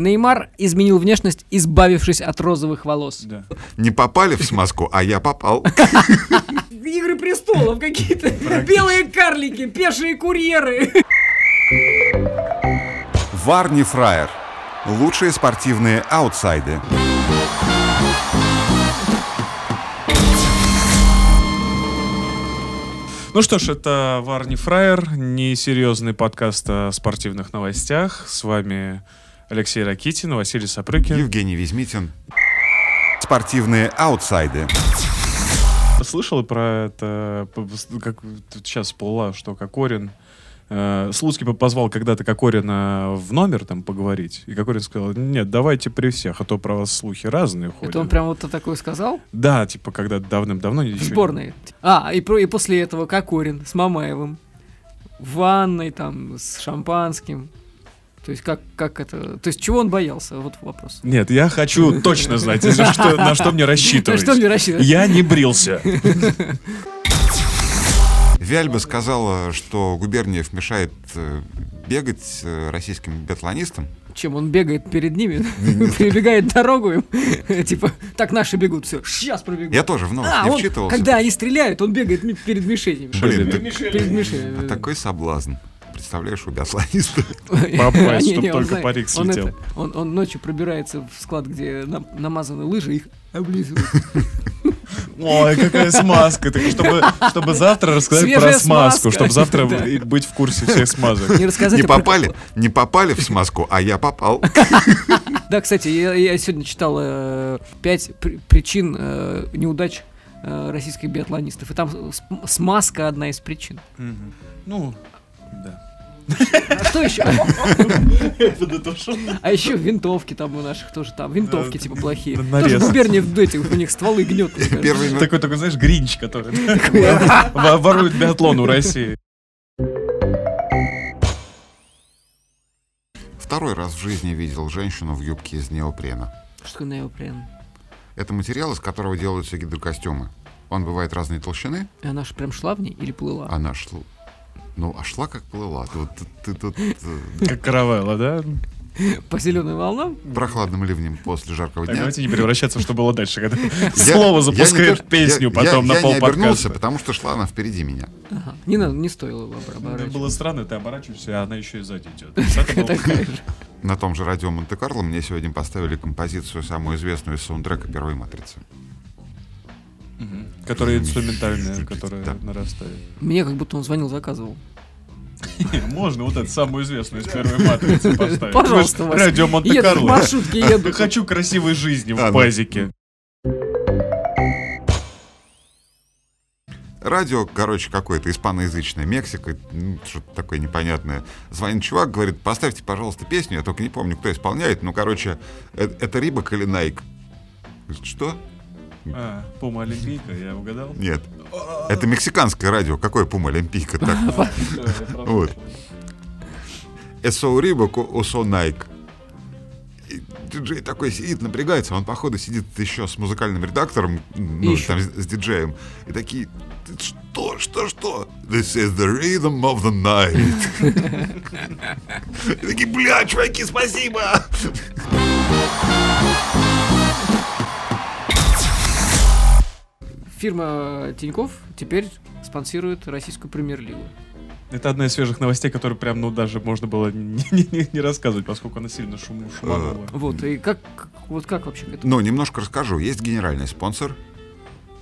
Неймар изменил внешность, избавившись от розовых волос. Да. Не попали в смазку, а я попал. Игры престолов какие-то. Белые карлики, пешие курьеры. Варни Фраер. Лучшие спортивные аутсайды. Ну что ж, это Варни Фраер, несерьезный подкаст о спортивных новостях. С вами Алексей Ракитин, Василий Сапрыкин. Евгений Везмитин. Спортивные аутсайды. Слышал про это, п- п- как сейчас всплыла, что Кокорин... э, Слуцкий п- позвал когда-то Кокорина в номер там поговорить. И Кокорин сказал, нет, давайте при всех, а то про вас слухи разные ходят. Это он прям вот такое сказал? Да, типа, когда давным-давно... В еще не- сборной. А, и, про- и после этого Кокорин с Мамаевым. В ванной там, с шампанским. То есть как, как это... То есть чего он боялся? Вот вопрос. Нет, я хочу точно знать, за что- на что мне На рассчитывать. что мне рассчитывать? Я не брился. Вяльба сказала, что Губерниев мешает э, бегать э, российским биатлонистам. Чем он бегает перед ними, перебегает дорогу им. Типа, так наши бегут, все, сейчас пробегу. Я тоже в новость А, Ну, не он, вчитывался. когда они стреляют, он бегает ми- перед мишенями. Блин, Блин, так- Перед мишенями. а такой соблазн. Представляешь, у биатлониста. А, Попасть, не, чтоб не, он только знает. парик Он слетел. это- Он он ночью пробирается в склад, где нам- намазаны лыжи, их облизывает. Ой, какая смазка. Так чтобы, чтобы завтра рассказать Свежая про смазку, смазка. чтобы завтра Да. и быть в курсе всех смазок. Не рассказать Не о прик- попали? Не попали в смазку, а я попал. Да, кстати, я, я сегодня читал э, пять при- причин э, неудач э, российских биатлонистов. И там с- смазка одна из причин. Мгм. Ну, да. А что еще? Подытожил. А еще винтовки там у наших тоже там. Винтовки типа плохие. Тоже Нарез. губерния в этих, у них стволы гнет. Первый Такой, такой, знаешь, гринч, который во- ворует биатлон у России. Второй раз в жизни видел женщину в юбке из неопрена. Что такое неопрен? Это материал, из которого делаются гидрокостюмы. Он бывает разной толщины, И Она же прям шла в ней или плыла? она шла... Ну, а шла как плыла. Ты, вот, ты тут э, Как каравелла, да? А. По зеленым волнам? прохладным ливнем после жаркого Так, дня. давайте не превращаться, в что было дальше. когда Я- Слово я не запускает то, что- песню я- потом я- на Я не обернулся, полподкаста. потому что шла она впереди меня. Ага. Не надо, не стоило его обра- оборачивать. Было странно, ты оборачиваешься, а она еще и сзади идет. Вот это было- На том же радио Монте-Карло мне сегодня поставили композицию, самую известную из саундтрека первой матрицы. Мгм. Которая инструментальная, которая Да. нарастает. Мне как будто он звонил, заказывал. Можно вот эту самую известную из первой матрицы поставить. Пожалуйста, Знаешь, Вася. Радио Еду в Монте-Карло. маршрутке, еду. Я Хочу красивой жизни А, в ну. пазике. Радио, короче, какое-то испаноязычное, Мексика, ну, что-то такое непонятное. Звонит чувак, говорит, поставьте, пожалуйста, песню, я только не помню, кто исполняет, ну, короче, э- это, Рибок или Найк? Говорит, Что? А, Пума Олимпийка, я угадал. Нет. Это мексиканское радио, какое Пума Олимпийка так? Вот. Эсо Рибок, Осо Найк. И диджей такой сидит, напрягается, он, походу, сидит еще с музыкальным редактором, ну, еще. там, с, с диджеем, и такие, «Ты что, что, что? This is the rhythm of the night. И такие, бля, чуваки, спасибо! Фирма Тиньков теперь спонсирует российскую премьер-лигу. Это одна из свежих новостей, которую прям, ну, даже можно было не- не не- не рассказывать, поскольку она сильно шум- А. шуманула. Вот, и как, вот как вообще это? Ну, немножко расскажу. Есть генеральный спонсор,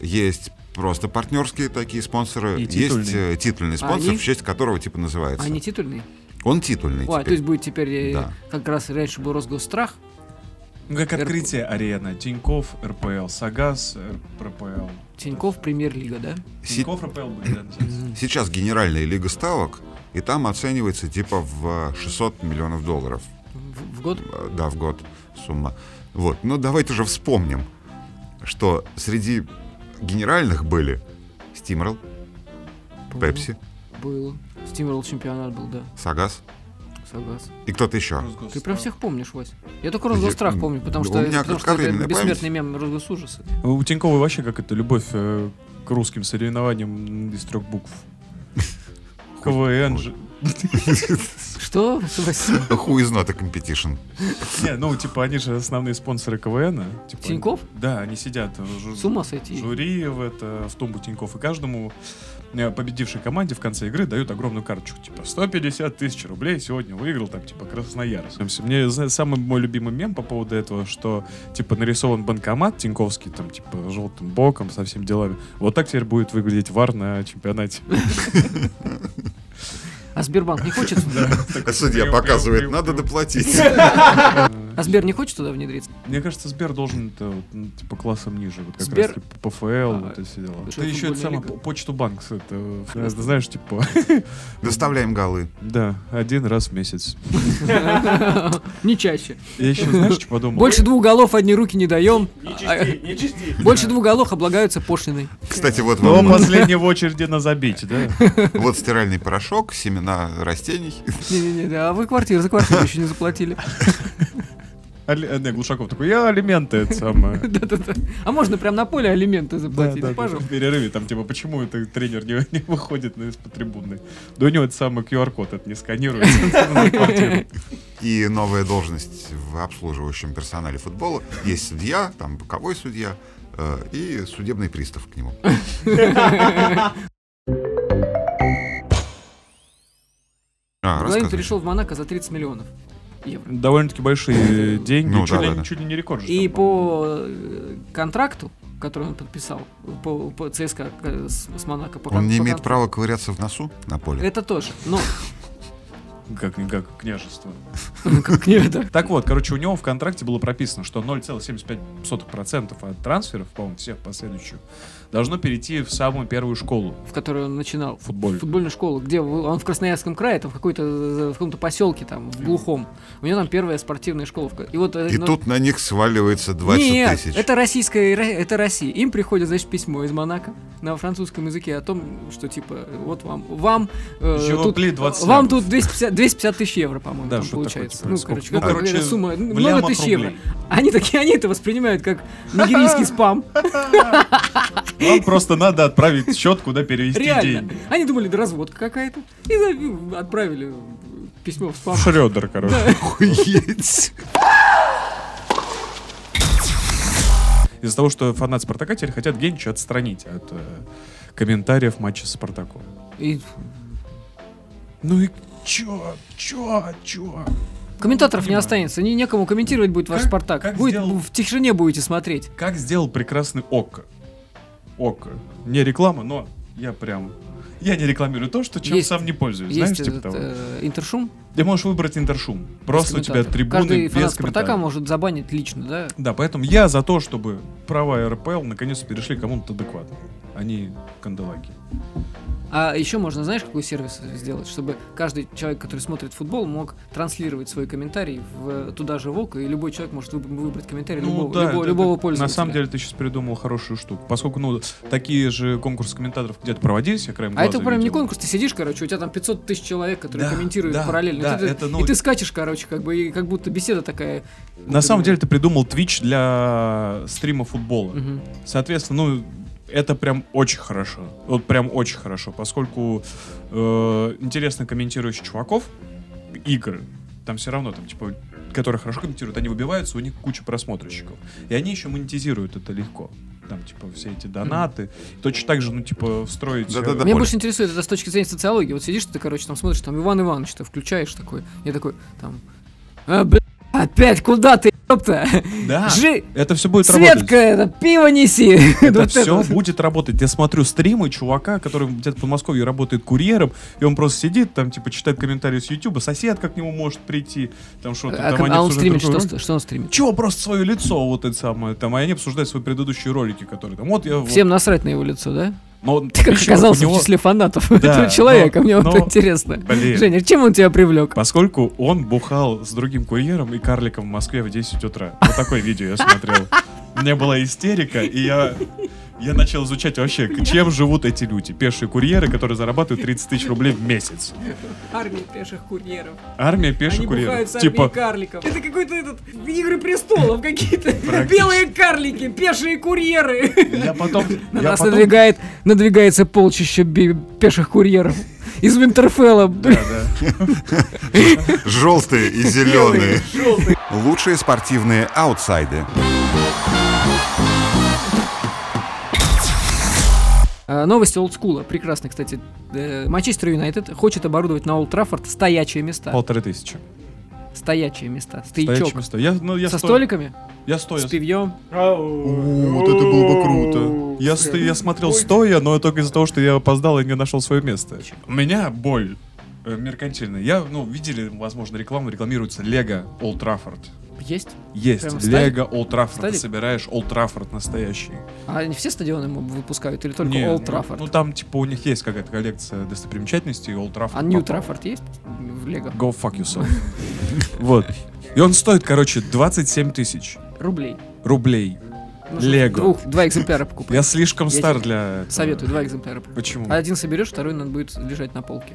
есть просто партнерские такие спонсоры, И есть титульные. э, титульный спонсор, А Они? в честь которого типа называется. А не титульный? Он титульный Ой, то теперь. есть будет теперь э, Да. как раз раньше был Росгострах, Ну, как Р- открытие арена. Тиньков, РПЛ, Сагаз, РПЛ. Тиньков премьер-лига, да? Си- Тиньков, РПЛ будет, да, называется. Сейчас генеральная лига ставок, и там оценивается типа в 600 миллионов долларов. В, в год? Э, Да, в год сумма. Вот. Но давайте же вспомним, что среди генеральных были Стимрал, По-моему, Пепси, Было. Стимул чемпионат был, да. Сагаз Согласен. и кто-то еще. Ты а. прям всех помнишь, Вась. Я только Я- Росгострах помню, потому у что, меня потому что кратковременная это бессмертный мем Росгосужаса. У Тинькова вообще как это любовь э, к русским соревнованиям из трех букв. КВН же. Что, Себастьян? Who is not a competition? Не, ну, типа, они же основные спонсоры КВН. -а. Типа, Тинькофф? Да, они сидят в жу- С ума сойти. жюри, в, это, в тумбу Тинькофф. И каждому э, победившей команде в конце игры дают огромную карточку. Типа, 150 тысяч рублей сегодня выиграл, там, типа, Красноярск. Мне знаете, самый мой любимый мем по поводу этого, что, типа, нарисован банкомат Тиньковский, там, типа, желтым боком, со всеми делами. Вот так теперь будет выглядеть ВАР на чемпионате. А Сбербанк не хочет? А Судья Прям, показывает, прям, надо прям. доплатить. А Сбер не хочет туда внедриться? Мне кажется, Сбер должен это, вот, ну, типа классом ниже, вот как Сбер- раз таки ПФЛ, А, вот это все дела. это Ты еще это футбольная самое, лига. по- почту банк, с это, э, знаешь, типа, Доставляем голы. да, один раз в месяц. Не чаще. Я еще, знаешь, что подумал? Больше двух голов одни руки не даем. Не чисти, не чисти. Больше двух голов облагаются пошлиной. Кстати, вот Но вам последний в очереди на забить, да? вот стиральный порошок, семена растений. Не-не-не, а вы квартиру за квартиру еще не заплатили. Али- э, Не, Глушаков такой, я алименты это самое. Да-да-да. А можно прям на поле алименты Да, заплатить? да, Ну, да. Пожалуйста. В перерыве там, типа, почему это тренер не, не выходит на из-под трибуны? Да у него это самый QR-код, это не сканируется. на квартиру. И новая должность в обслуживающем персонале футбола. Есть судья, там боковой судья э, и судебный пристав к нему. А, Главин рассказывай. перешел в Монако за 30 миллионов евро. Довольно-таки большие деньги, Ну, чуть да, ли- да, да. чуть ли не рекорд. же И там, по-моему. по э, контракту, который он подписал, по, по ЦСКА к- с, с Монако. по кон- Он не по имеет контракту. права ковыряться в носу на поле. Это тоже. Ну, Как-никак, княжество. как не это. Так вот, короче, у него в контракте было прописано, что 0,75% от трансферов, по-моему, всех последующих, должно перейти в самую первую школу В которой он начинал. футбольную. Футбольную школу, где в- он в Красноярском крае, там в какой-то э, в каком-то поселке там в глухом. У него там первая спортивная школа. в ко- И вот э, И но- тут на них сваливается 20 Нет, тысяч. это российская, это Россия. Им приходит, значит, письмо из Монако на французском языке о том, что типа вот вам, вам, э, Еще тут, рублей 20 вам лямов. тут 250, 250 тысяч евро, по-моему, Да, там что такое, получается. типа, ну, сколько? короче, Ну, какая-то короче, сумма, в ну, лямах много тысяч евро. рублей. Они такие, они это воспринимают как нигерийский спам. Вам просто надо отправить счет, куда перевести Реально. деньги. Они думали, да разводка какая-то. И за- отправили письмо в спам. Шредер, короче. Охуеть. Из-за того, что фанат Спартака теперь хотят Генча отстранить от э, комментариев матча с Спартаком. И Ну и чё, чё, чё? комментаторов не останется, ни некому комментировать будет ваш Как- Спартак. как будет, сделал- В тишине будете смотреть. Как сделал прекрасный ОККО. ОККО. Не реклама, но я прям... Я не рекламирую то, что чем Есть- сам не пользуюсь. Есть знаешь, типа этот, того. э, интершум. Ты можешь выбрать интершум. Просто у тебя комментатора. трибуны Каждый фанат без Спартака комментариев. может забанить лично, да? Да, поэтому я за то, чтобы права РПЛ наконец перешли к кому-то адекватному. Они кандалаки. А еще можно, знаешь, какой сервис сделать, чтобы каждый человек, который смотрит футбол, мог транслировать свой комментарий в, туда же в ОК, и любой человек может выб- выбрать комментарий любого, любого, Ну это- любого это- пользователя. На самом деле ты сейчас придумал хорошую штуку. Поскольку, ну, такие же конкурсы комментаторов где-то проводились, я краем А это глаза прям не видел. конкурс, ты сидишь, короче, у тебя там 500 тысяч человек, которые Да, комментируют да, параллельно. да, и, ты, это, ну, и ты скачешь, короче, как бы, и как будто беседа такая. На самом деле ты придумал Twitch для стрима футбола. Мгм. Соответственно, ну, это прям очень хорошо. Вот прям очень хорошо, поскольку э, интересно комментирующих чуваков игры, там все равно, там, типа, которые хорошо комментируют, они выбиваются, у них куча просмотрщиков. И они еще монетизируют это легко. Там, типа, все эти донаты. Точно так же, ну, типа, встроить... э, Да-да-да. Меня Оля. больше интересует это с точки зрения социологии. Вот сидишь ты, короче, там смотришь, там Иван Иванович, ты включаешь такой, я такой, там, «А, бля, опять куда ты, ёпта? э, Да, Жи... это все А, будет Светка, работать. это пиво неси! Это Вот все вот. будет работать. Я смотрю стримы чувака, который где-то в Подмосковье работает курьером, и он просто сидит, там, типа, читает комментарии с Ютуба, соседка к нему может прийти, там что-то. А, там они а он обсуждают стримит, другой что, ролик. с- что он стримит? Чего просто свое лицо вот это самое, там, а они обсуждают свои предыдущие ролики, которые там, вот я... вот. Всем насрать на его лицо, да? Но он Ты как подписчик, оказался у него- в числе фанатов но- этого человека, мне но- вот интересно. Блин. Женя, чем он тебя привлек? Поскольку он бухал с другим курьером и карликом в Москве в 10 утра. Вот такое видео я смотрел. У меня была истерика, и я, я начал изучать вообще, к- чем живут эти люди. Пешие курьеры, которые зарабатывают 30 тысяч рублей в месяц. Армия пеших курьеров. Армия пеших курьеров. Типа, карликов. Это какой-то этот Игры престолов какие-то. Практически. Белые карлики, пешие курьеры. я потом... На я нас потом- надвигает, надвигается полчища би- пеших курьеров. из Винтерфелла. блин. Желтые и зеленые. Лучшие спортивные аутсайды. А, Новости олдскула. Прекрасно, кстати. Э, Манчестер Юнайтед хочет оборудовать на Олд Траффорд стоячие места. Полторы тысячи. Стоячие места. Стоячее Стоячок. место. Я, ну, я Со сто- столиками, Я стоя. с пивьем. Вот это было бы круто. Я, ну сто- я смотрел стоя, но только из-за того, что я опоздал и не нашел свое место. У меня боль э, меркантильная. Я, ну, видели, возможно, рекламу, рекламируется Лего Олд Траффорд. Есть? Прямо Есть. стали? Лего Олд Траффорд. Стали? Ты собираешь Олд Траффорд настоящий. А они все стадионы м- выпускают или только Не, Олд ну, Траффорд? Ну, там, типа, у них есть какая-то коллекция достопримечательностей, и Олд Траффорд. а Нью попал. Траффорд есть в Лего? Go fuck yourself. Вот. И он стоит, короче, 27 тысяч Рублей. рублей. Ну, что, Лего. Двух, два экземпляра покупай. Я слишком Я стар тебе для... этого. Советую, два экземпляра. покупай. Почему? А один соберешь, второй надо будет лежать на полке.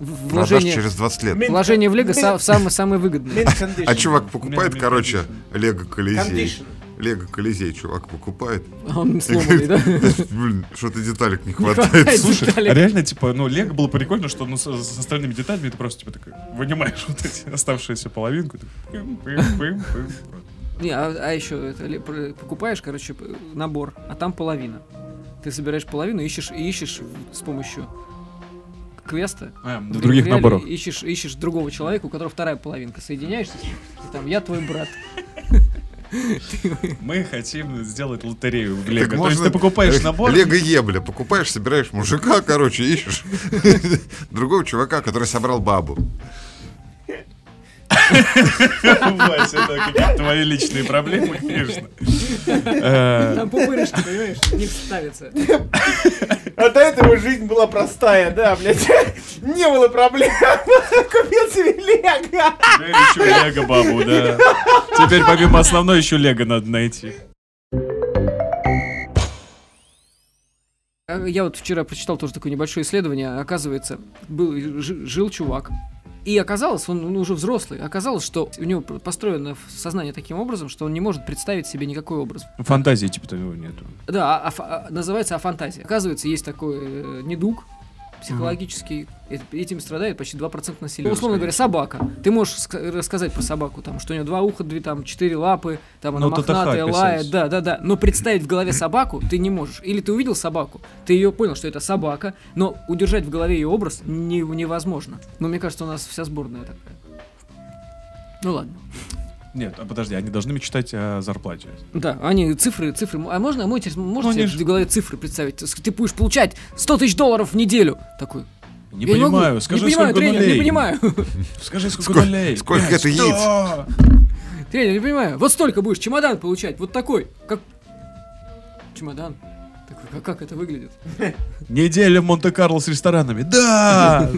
В- Продаж Вложение, через 20 лет. Mint- вложение в Лего са- mint- самое, самое выгодное. mint condition. А чувак покупает, Mint- mint короче, condition. Лего Колизей. Condition. Лего Колизей чувак покупает. А Он сломанный, да? Блин, что-то деталек не хватает. Слушай, детали. а реально, типа, ну, Лего было прикольно, что ну, с, с остальными деталями ты просто, типа, такой, вынимаешь вот эти оставшиеся половинку. так, пым, пым, пым, пым. Не, а, еще покупаешь, короче, п- набор, а там половина. Ты собираешь половину, ищешь и ищешь в- с помощью квеста. А, В в других реале наборах. Ищешь, ищешь другого человека, у которого вторая половинка. Соединяешься с ним, и там я твой брат. Мы хотим сделать лотерею в Так Лего. То есть можно- ты покупаешь Эх, набор... Лего Ебля. Покупаешь, собираешь мужика, короче, ищешь другого чувака, который собрал бабу. Вася, это какие-то твои личные проблемы, конечно. Э, Там пупырышки, понимаешь, в них ставится. А до этого жизнь была простая, да, блядь. Не было проблем. Купил себе лего. Теперь еще Лего бабу, да. Теперь помимо основной еще Лего надо найти. А, Я вот вчера прочитал тоже такое небольшое исследование. Оказывается, был, жи- жил чувак. И оказалось, он, он уже взрослый, оказалось, что у него п- построено в- сознание таким образом, что он не может представить себе никакой образ. Фантазии типа того нету. Да, а- а фа- а- называется афантазия. Оказывается, есть такой э, недуг психологический, Эт- этим страдает почти 2% населения. Да, Условно говоря, собака. Ты можешь ска- рассказать про собаку, там, что у нее два уха, две, там, четыре лапы, там она Ну, тотаха мохнатая, описать. лает, да, да, да. Но представить в голове собаку ты не можешь. Или ты увидел собаку, ты ее понял, что это собака, но удержать в голове ее образ не- невозможно. Но мне кажется, у нас вся сборная такая. Ну ладно. Нет, а подожди, они должны мечтать о зарплате. Да, они цифры, цифры. А можно, а можете, можете в они ж- голове цифры представить? Ты с- Ты будешь получать 100 тысяч долларов в неделю. Такой. Не «Я могу, понимаю, скажи, не понимаю, сколько тренер, нулей. не понимаю. Скажи, сколько Сколько- нулей. сколько Пять, это яиц? сто. Тренер, не понимаю. Вот столько будешь чемодан получать, вот такой. Как чемодан. Такой, как, как это выглядит? Неделя в Монте-Карло с ресторанами. Да!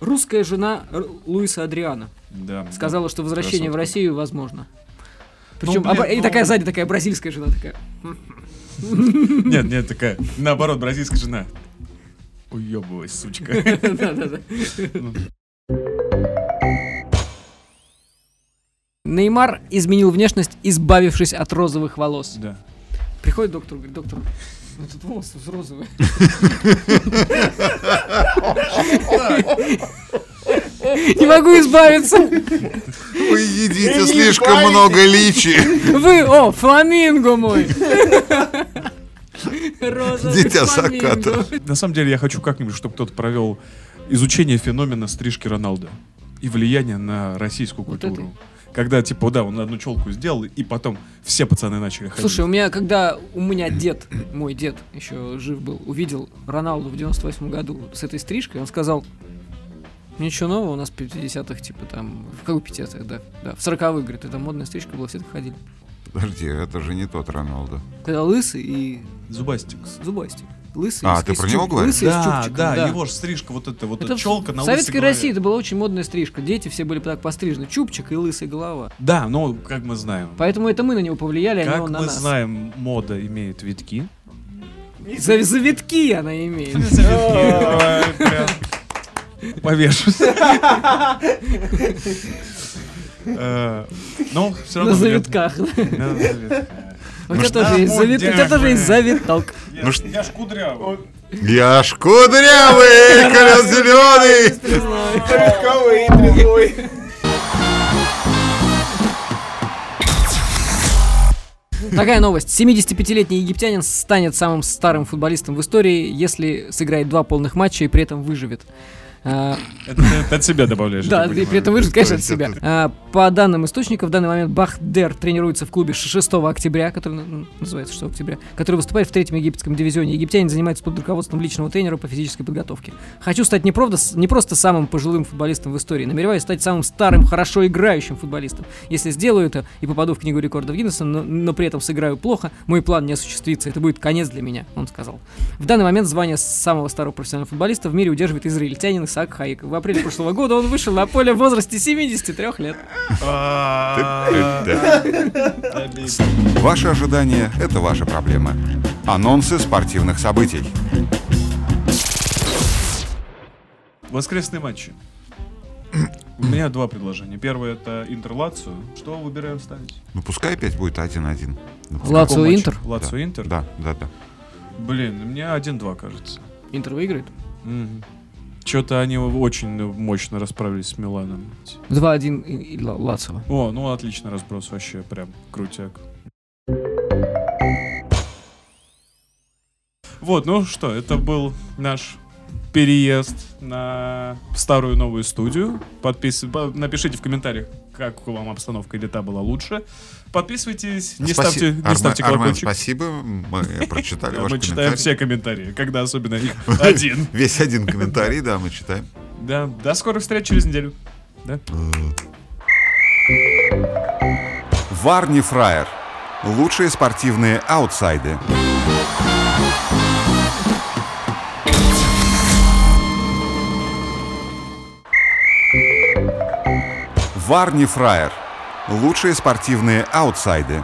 Русская жена Р- Луиса Адриана Да. сказала, что возвращение в красотка. Россию возможно. Причем, блин, а бра- и ну- такая сзади такая бразильская жена такая. Нет, нет, такая. Наоборот, бразильская жена. Уебывай, сучка. Да-да-да. Неймар изменил внешность, избавившись от розовых волос. Да. Приходит доктор, говорит, доктор, ну тут волосы уж розовые. Не могу избавиться. Вы едите слишком много личи. Вы, о, фламинго мой. Розовый Дитя фламинго. заката. На самом деле я хочу как-нибудь, чтобы кто-то провел изучение феномена стрижки Роналда и влияние на российскую Вот культуру. Когда, типа, да, он одну челку сделал, и потом все пацаны начали ходить. Слушай, у меня, когда у меня дед, мой дед еще жив был, увидел Роналду в 98 году с этой стрижкой, он сказал, ничего нового, у нас в 50-х, типа там, в какой 50-х, да, да, в 40-х, говорит, это модная стрижка была, все так ходили. Подожди, это же не тот Роналду. Когда лысый и Зубастик. зубастик. Лысый А, и с- ты и с про него чуб- говоришь? Лысый и с Да, чубчиком, да, его же стрижка, вот эта вот Это эта в- челка на в лысой Советской голове. России это была очень модная стрижка. Дети все были так пострижены. Чубчик и лысая голова. Да, но как мы знаем. Поэтому это мы на него повлияли, а не Как он на мы нас. знаем, мода имеет витки. За- завитки она имеет. Повешусь. Э, ну, Но все равно... На завитках. На завитках. У тебя тоже есть завит- у тебя тоже есть завиток. Я, Ну ну, что- я ж кудрявый. Я ж кудрявый, колес зеленый. Рывковый, трезвой. Такая новость. 75-летний египтянин станет самым старым футболистом в истории, если сыграет два полных матча и при этом выживет. А, Это ты от себя добавляешь. я Да, так и понимаю. при этом выживет, конечно, от Что это? себя. А, По данным источников, в данный момент Бахдер тренируется в клубе 6 октября, который ну, называется 6 октября, который выступает в третьем египетском дивизионе. Египтянин занимается под руководством личного тренера по физической подготовке. Хочу стать не, правда, с- не просто самым пожилым футболистом в истории, намереваюсь стать самым старым, хорошо играющим футболистом. Если сделаю это и попаду в книгу рекордов Гиннесса, но, но при этом сыграю плохо, мой план не осуществится. Это будет конец для меня, он сказал. В данный момент звание самого старого профессионального футболиста в мире удерживает израильтянин Исаак Хаик. В апреле прошлого года он вышел на поле в возрасте 73 лет. Да. А, Обидно. Ваши ожидания – это ваша проблема. Анонсы спортивных событий. Воскресные матчи. У меня два предложения. Первое это интерлацию. Что выбираем ставить? Ну пускай опять будет 1-1. Ну, пускай. Лацио Какой матч? Интер? Лацио Интер. Да, да, да. Блин, мне 1-2 кажется. Интер выиграет. Что-то они очень мощно расправились с Миланом. 2-1 и- и Ла- Лацио. О, ну отличный разброс вообще, прям крутяк. Вот, ну что, это был наш переезд на старую новую студию. Подпис... по- Напишите в комментариях, как вам обстановка или та была лучше. Подписывайтесь, не Спаси- ставьте, не Армен- ставьте Армен, колокольчик. спасибо, мы прочитали Да, ваш Мы читаем комментарий. все комментарии, когда особенно их один. Весь один комментарий, да, мы читаем. Да, до скорых встреч через неделю. Варни Фраер. Лучшие спортивные аутсайды. Варни Фраер. Лучшие спортивные аутсайды.